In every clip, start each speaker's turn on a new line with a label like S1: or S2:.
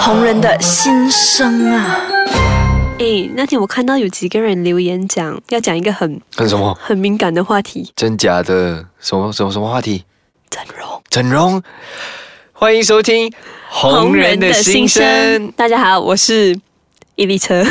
S1: 同人的心声啊！
S2: 哎，那天我看到有几个人留言讲要讲一个很
S3: 很什么？
S2: 很敏感的话题，
S3: 真假的？什么什么什么话题？
S2: 整容。
S3: 整容？欢迎收听《红人的心声》。
S2: 大家好，我是伊丽车。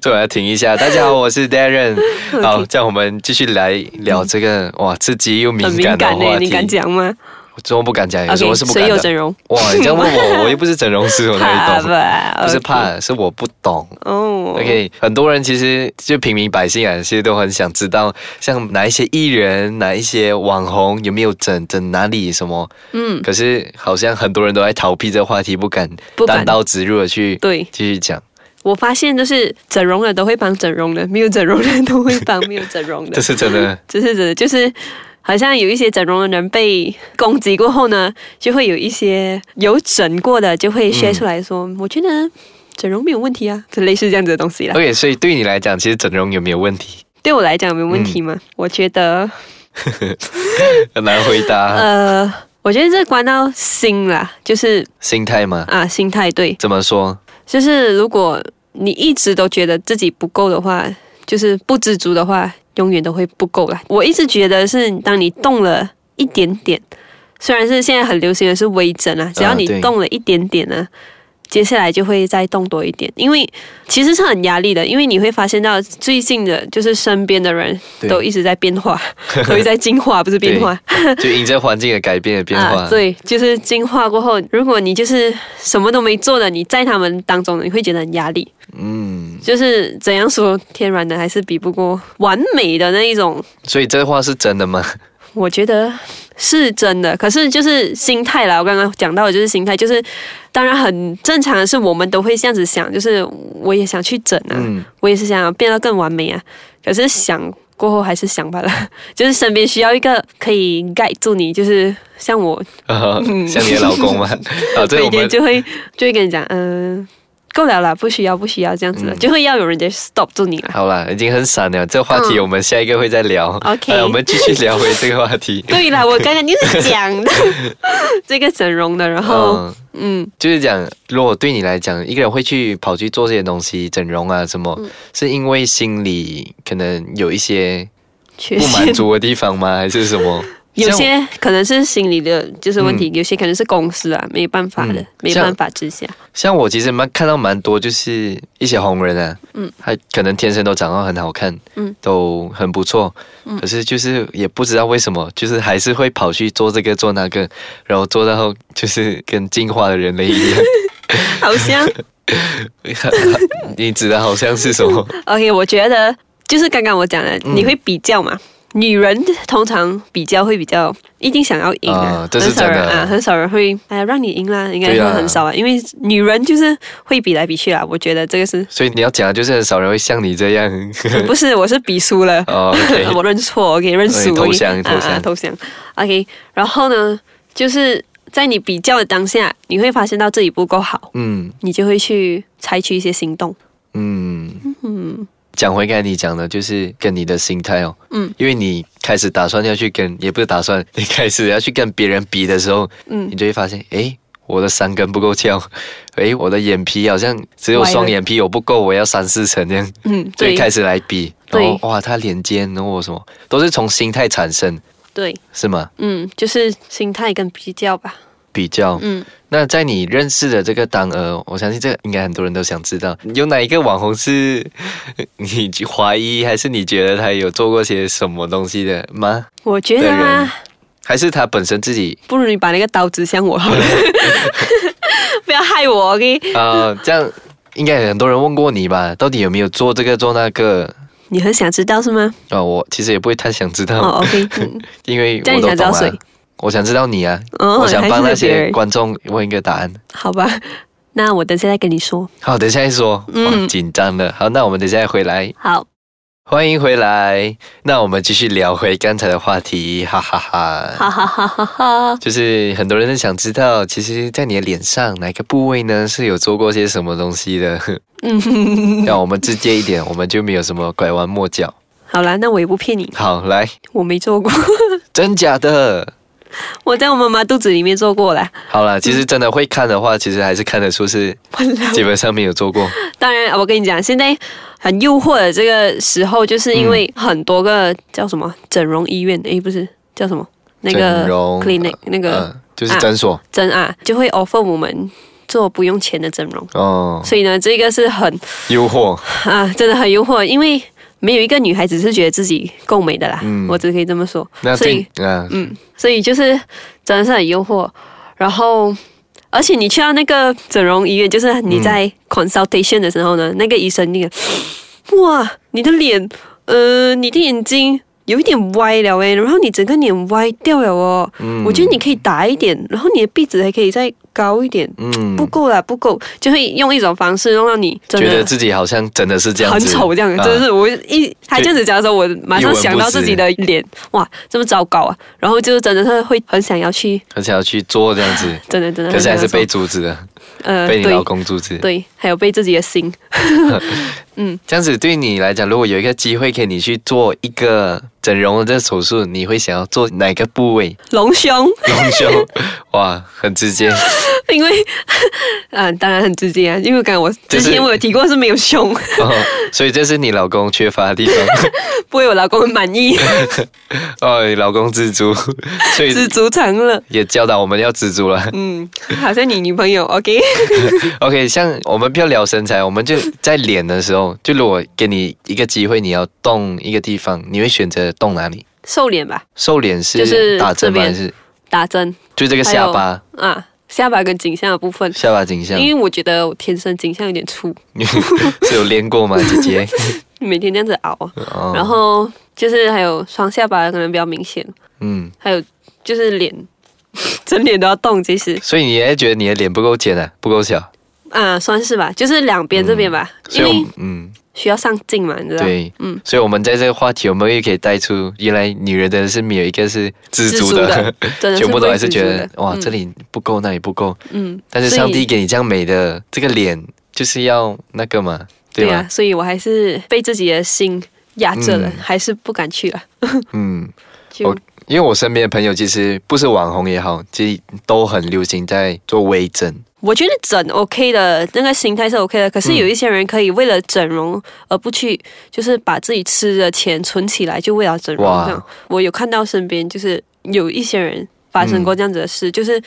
S3: 这我要停一下。大家好，我 是 Darren。好，这样我们继续来聊这个哇，刺激又
S2: 嗯
S3: 敏
S2: 很敏
S3: 感的
S2: 感呢、欸
S3: 话题。
S2: 你敢讲吗
S3: 我怎么不敢讲？有什么
S2: ？OK，
S3: 是不
S2: 谁
S3: 敢
S2: 有
S3: 的
S2: 整？容？
S3: 哇，你这样 问我，我又不是整容师，我哪里懂？
S2: 吧
S3: 不是哎
S2: OK
S3: 怕，是我不懂。
S2: 哦。
S3: OK，很多人其实就平民百姓啊，其实都很想知道，像哪一些艺人、哪一些网红有没有整整哪里什么，
S2: 嗯，
S3: 可是好像很多人都在逃避这个话题，不敢
S2: 不敢
S3: 单刀直入的去
S2: 对
S3: 继续讲。
S2: 我发现就是整容的都会帮整容的，没有整容的都会帮没有整容
S3: 这
S2: 的，
S3: 是 真的，
S2: 只是指就是。好像有一些整容的人被攻击过后呢，就会有一些有整过的就会 share 出来说，我觉得整容没有问题啊，就类似这样子的东西啦。
S3: OK，所以对你来讲，其实整容有没有问题，
S2: 对我来讲没问题吗？我觉得，
S3: 很难回答。
S2: 呃，我觉得这关到心啦，就是
S3: 心态嘛，
S2: 啊，心态对，
S3: 怎么说？
S2: 就是如果你一直都觉得自己不够的话，就是不知足的话，永远都会不够啦。我一直觉得是，当你动了一点点，虽然是现在很流行的是微整啊，只要
S3: 啊
S2: 你
S3: 对
S2: 动了一点点呢、啊接下来就会再动多一点，因为其实是很压力的，因为你会发现到最近的，就是身边的人
S3: 对
S2: 都一直在变化，都一直在进化，不是变化，
S3: 就因着环境的改变的变化，
S2: 啊。对，就是进化过后，如果你就是什么都没做的，你在他们当中，你会觉得很压力。
S3: 嗯，
S2: 就是怎样说，天然的还是比不过完美的那一种。
S3: 所以这话是真的吗？
S2: 我觉得是真的，可是就是心态啦。我刚刚讲到的就是心态，就是当然很正常的是，我们都会这样子想，就是我也想去整啊，
S3: 嗯，
S2: 我也是想变得更完美啊。可是想过后还是想吧 啦，就是身边需要一个可以盖住你，就是像我
S3: 像你的 老公吗？啊，这个
S2: 嗯每
S3: 我
S2: 天
S3: 们
S2: 就会就会跟你讲，嗯、够了啦，不需要不需要这样子了，
S3: 嗯
S2: 就会要有人家 stop 住你了。
S3: 好啦，已经很闪了。这话题
S2: 嗯
S3: 我们下一个会再聊。
S2: OK。
S3: 哎我们继续聊回这个话题
S2: 对啦，我刚刚就是讲 的这个整容的，然后
S3: 嗯，
S2: 嗯
S3: 就是讲，如果对你来讲，一个人会去跑去做这些东西，整容啊什么，
S2: 嗯
S3: 是因为心里可能有一些
S2: 缺
S3: 不满
S2: 陷，
S3: 足的地方吗？还是什么？
S2: 有
S3: 像
S2: 些可能是心理的就是问题，有些可能是公司啊，没办法的，
S3: 嗯
S2: 没办法之下，
S3: 像我其实蛮看到蛮多，就是一些红人啊，嗯，他可能天生都长得很好看，
S2: 嗯
S3: 嗯，都很不错，可是就是也不知道为什么，就是还是会跑去做这个做那个，然后做到就是跟进化的人类一 样。
S2: 好像
S3: 你指的好像是什么？
S2: OK，我觉得就是刚刚我讲的，
S3: 嗯
S2: 你会比较嘛。女人通常比较会比较一定想要赢啊，
S3: 啊这是
S2: 很少人
S3: 真的
S2: 啊，很少人会哎呀让你赢啦，应该
S3: 对
S2: 会
S3: 啊
S2: 很少啊，因为女人就是会比来比去啦。我觉得这个 是
S3: 所以你要讲的就是很少人会像你这 样
S2: 不是我是比输了，啊
S3: 哦，OK，
S2: 我认错，OK，认输，
S3: 投
S2: OK，
S3: 降投
S2: 啊啊
S3: 降
S2: 投降，OK。然后呢，就是在你比较的当下，你会发现到自己不够好，
S3: 嗯
S2: 你就会去采取一些行动。
S3: 嗯讲回刚才你讲的，就是跟你的心态哦，
S2: 嗯
S3: 嗯，因为你开始打算要去跟，也不是打算，你开始要去跟别人比的时候，
S2: 嗯
S3: 你就会发现，诶，我的三根不够翘， 诶，我的眼皮好像只有
S2: 歪了
S3: 双眼皮我不够，我要三四层这样，
S2: 嗯，
S3: 所以
S2: 对
S3: 开始来比，然
S2: 对
S3: 后哇，他脸尖，然后我什么，都是从心态产生，
S2: 对，
S3: 是吗？
S2: 嗯，就是心态跟比较吧。
S3: 比较，
S2: 嗯，
S3: 那在你认识的这个当儿，我相信这个应该很多人都想知道，有哪一个网红是你怀疑，还是你觉得他有做过些什么东西的吗？
S2: 我觉得
S3: 的人
S2: 啊，
S3: 还是他本身 自己
S2: 不如你把那个刀指向我好 了，不要害我，OK？
S3: 啊、呃这样应该很多人问过你吧？到底有没有做这个做那个？
S2: 你很想知道是吗？
S3: 啊、我其实也不会太想知道，
S2: 哦，OK，嗯
S3: 因为
S2: 这样
S3: 我
S2: 你想
S3: 都
S2: 知
S3: 懂
S2: 道
S3: 啊
S2: 谁。
S3: 我想知道你啊，
S2: 哦，
S3: 我想帮那
S2: 还是别
S3: 些
S2: 人，
S3: 观众问一个答案。
S2: 好吧？那我等下再跟你说。
S3: 好，等一下再说。
S2: 嗯
S3: 嗯，紧张了。好，那我们等一下再回来。
S2: 好，
S3: 欢迎回来，那我们继续聊回刚才的话题，哈哈哈。
S2: 哈哈哈哈哈。
S3: 就是很多人都想知道，其实，在你的脸上哪个部位呢是有做过些什么东西的？
S2: 嗯，
S3: 让我们直接一点，我们就没有什么拐弯抹角。
S2: 好啦，那我也不骗你，
S3: 好，来，
S2: 我没做过。
S3: 真假的？
S2: 我在我妈妈肚子里面做过啦。
S3: 好啦，其实真的会看的话，其实还是看得出是基本上没有做过。
S2: 当然，啊我跟你讲，现在很诱惑的这个时候，就是因为
S3: 嗯
S2: 很多个叫什么整容医院，诶，不是叫什么那个
S3: 整容
S2: clinic 那个
S3: 嗯，就是诊所、
S2: 针啊，就会 offer 我们做不用钱的整容。
S3: 哦，
S2: 所以呢，这个是很
S3: 诱惑。
S2: 啊，真的很诱惑，因为没有一个女孩子是觉得自己够美的啦，
S3: 嗯
S2: 我只可以这么说。
S3: 那
S2: 所以
S3: 对，嗯，
S2: 嗯，所以就是真的是很诱惑。然后，而且你去到那个整容医院，就是你
S3: 嗯
S2: 在 consultation 的时候呢，那个医生那个，哇，你的脸，呃，你的眼睛有一点歪了欸诶，然后你整个脸歪掉了哦。
S3: 嗯
S2: 我觉得你可以打一点，然后你的鼻子还可以再高一点。
S3: 嗯
S2: 不够啦，不够，就会用一种方式弄让你真
S3: 觉
S2: 的
S3: 得自己好像真的是这样
S2: 很
S3: 子，
S2: 丑这样，
S3: 啊
S2: 真的是我一他这样子讲的时候，我马上想到自己的脸，哇，这么糟糕啊！然后就真的是会很想要去，
S3: 很想要去做这样子，
S2: 真的真的
S3: 可
S2: 很
S3: 是
S2: 想
S3: 还
S2: 要做，
S3: 是被阻止了，
S2: 呃
S3: 被你老
S2: 对
S3: 公阻止。
S2: 对，还有被自己的心，
S3: 这样子对你来讲，如果有一个机会给你去做一个整容的这个手术，你会想要做哪个 部位？
S2: 隆胸，
S3: 隆胸？哇，很 直接。哦
S2: 因为啊，当然很直接啊，因为刚刚我
S3: 就
S2: 之
S3: 是
S2: 前我有提过是没有胸，
S3: 哦，所以这是你老公缺乏的地 方。
S2: 不会我老公很满 意，
S3: 哦，你老公知足，所以
S2: 知足常乐。
S3: 也教导我们要知足了。
S2: 嗯，好像你女朋友，OK，
S3: OK，像我们不要聊身材，我们就在脸的时候，就如果给你一个机会，你要动一个地方，你会选择动哪里？
S2: 瘦脸吧，
S3: 瘦脸是
S2: 就是
S3: 打
S2: 这
S3: 针吗？
S2: 边
S3: 还是
S2: 打针
S3: 就这个下巴？
S2: 啊，下巴跟颈项的部分，
S3: 下巴颈项
S2: 因为我觉得我天生颈项有点粗，
S3: 是有练过吗，姐姐？
S2: 每天这样子熬啊。
S3: 哦
S2: 然后就是还有双下巴可能比较明显，
S3: 嗯，
S2: 还有就是脸， 整脸都要动，其实
S3: 所以你也觉得你的脸不够尖啊，不够小，
S2: 啊算是吧，就是两边这边吧，
S3: 所
S2: 因
S3: 以我
S2: 为
S3: 们嗯，
S2: 需要上镜嘛，你知道。
S3: 对，
S2: 嗯，
S3: 所以我们在这个话题，我们也可以带出，原来女人真的是没有一个是知足 的，
S2: 真的
S3: 全部都还是觉
S2: 不会
S3: 得哦
S2: 知足的
S3: 哇，这里不够，那里不够。
S2: 嗯，
S3: 但是
S2: 所以
S3: 上帝给你这样美的这个脸，就是要那个嘛，对
S2: 对
S3: 吧？
S2: 啊，所以我还是被自己的心压着了，
S3: 嗯
S2: 还是不敢去了。
S3: 嗯，
S2: 就
S3: 我因为我身边的朋友其实不是网红也好，其实都很流行在做微整。
S2: 我觉得整 OK 的那个心态是 OK 的，可是有一些人可以为了整容而不去，就是把自己吃的钱存起来，就为了整容
S3: 哇
S2: 这样。我有看到身边就是有一些人发生过这样子的事，就是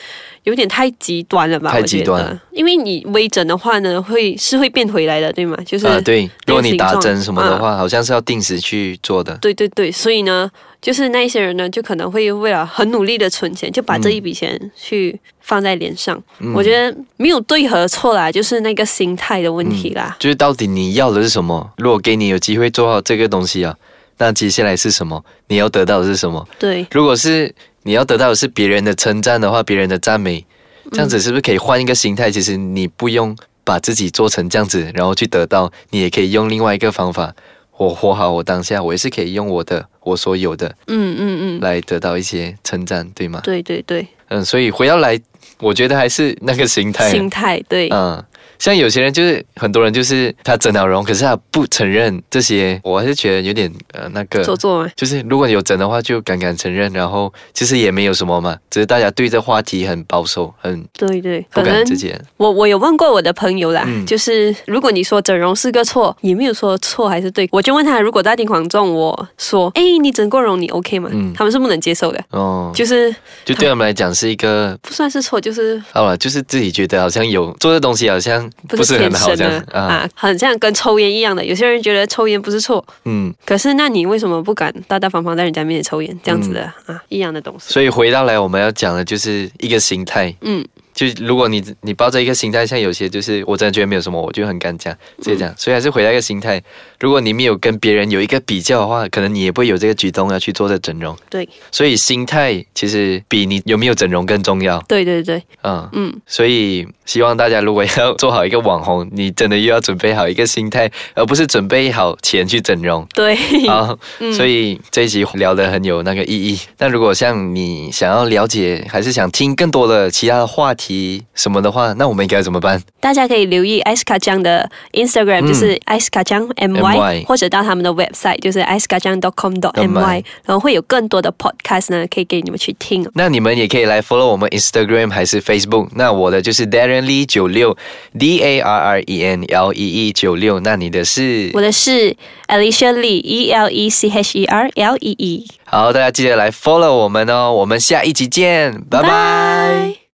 S2: 有点太极端了吧？
S3: 嗯太极端
S2: 我觉得，因为你微整的话呢，会是会变回来的，对吗？就是、
S3: 啊，对，如果你
S2: 形
S3: 打
S2: 状啊
S3: 针什么的话，好像是要定时去做的。
S2: 对对对，所以呢，就是那一些人呢，就可能会为了很努力的存钱，就把这一
S3: 嗯
S2: 笔钱去放在脸上。我觉得没有对和错啦，就是那个心态的问题啦。
S3: 就是到底你要的是什么？如果给你有机会做好这个东西啊，那接下来是什么？你要得到的是什么？
S2: 对，
S3: 如果是你要得到的是别人的称赞的话，别人的赞美，这样子是不是可以换一个心态？其实你不用把自己做成这样子，然后去得到，你也可以用另外一个方法，我活好我当下，我也是可以用我的我所有的
S2: 嗯嗯嗯，
S3: 来得到一些称赞，对吗？
S2: 对对对，
S3: 嗯，所以回到来，我觉得还是那个心态啊，
S2: 心态对，
S3: 嗯，像有些人就是很多人就是他整了容，可是他不承认这些，我还是觉得有点呃那个
S2: 做作嘛。
S3: 就是如果有整的话，就敢敢承认，然后其实也没有什么嘛，只是大家对这话题很保守，很
S2: 对对，
S3: 不
S2: 可能
S3: 敢直接。
S2: 我我有问过我的朋友啦，
S3: 嗯
S2: 就是如果你说整容是个错，也没有说错还是对，我就问他，如果大庭广众我说，哎，你整过容，你 OK 吗？
S3: 嗯
S2: 他们是不能接受的，
S3: 哦，就
S2: 就是
S3: 就对他们来讲是一个，
S2: 不算是错，就是
S3: 好了，就是自己觉得好像有做的东西好像
S2: 不
S3: 不
S2: 是
S3: 是很
S2: 天
S3: 好
S2: 生
S3: 这样
S2: 的啊
S3: 啊，
S2: 很像跟抽烟一样的。有些人觉得抽烟不是错，
S3: 嗯，
S2: 可是那你为什么不敢大大方方在人家面前抽烟？这样子的、
S3: 嗯
S2: 啊，一样的东西。
S3: 所以回到来我们要讲的就是一个心态，
S2: 嗯，
S3: 就如果你你抱着一个心态，像有些就是我真的觉得没有什么，我就很敢讲，直接讲。所以还是回到一个心态，如果你没有跟别人有一个比较的话，可能你也不会有这个举动要去做这整容。
S2: 对，
S3: 所以心态其实比你有没有整容更重要。
S2: 对对对，
S3: 嗯，
S2: 嗯，
S3: 所以希望大家如果要做好一个网红，你真的又要准备好一个心态，而不是准备好钱去整容。
S2: 对，
S3: 好，
S2: 嗯
S3: 所以这一集聊得很有那个意义。那如果像你想要了解，还是想听更多的其他的话题什么的话，那我们应该怎么办？
S2: 大家可以留意 Ice 卡酱的 Instagram，、
S3: 嗯
S2: 就是 Ice 卡酱 MY，
S3: MY
S2: 或者到他们的 website 就是 ice 卡酱 .com .my，
S3: MY
S2: 然后会有更多的 podcast 呢，可以给你们去听哦。
S3: 那你们也可以来 follow 我们 Instagram 还是 Facebook。那我的就是 Darren Lee 九六 D A R R E N L E E 九六，那你的是
S2: 我的是 Alicia Lee E L E C H E R L E E，
S3: 好，大家记得来 follow 我们哦。我们下一集见，拜拜。
S2: 拜。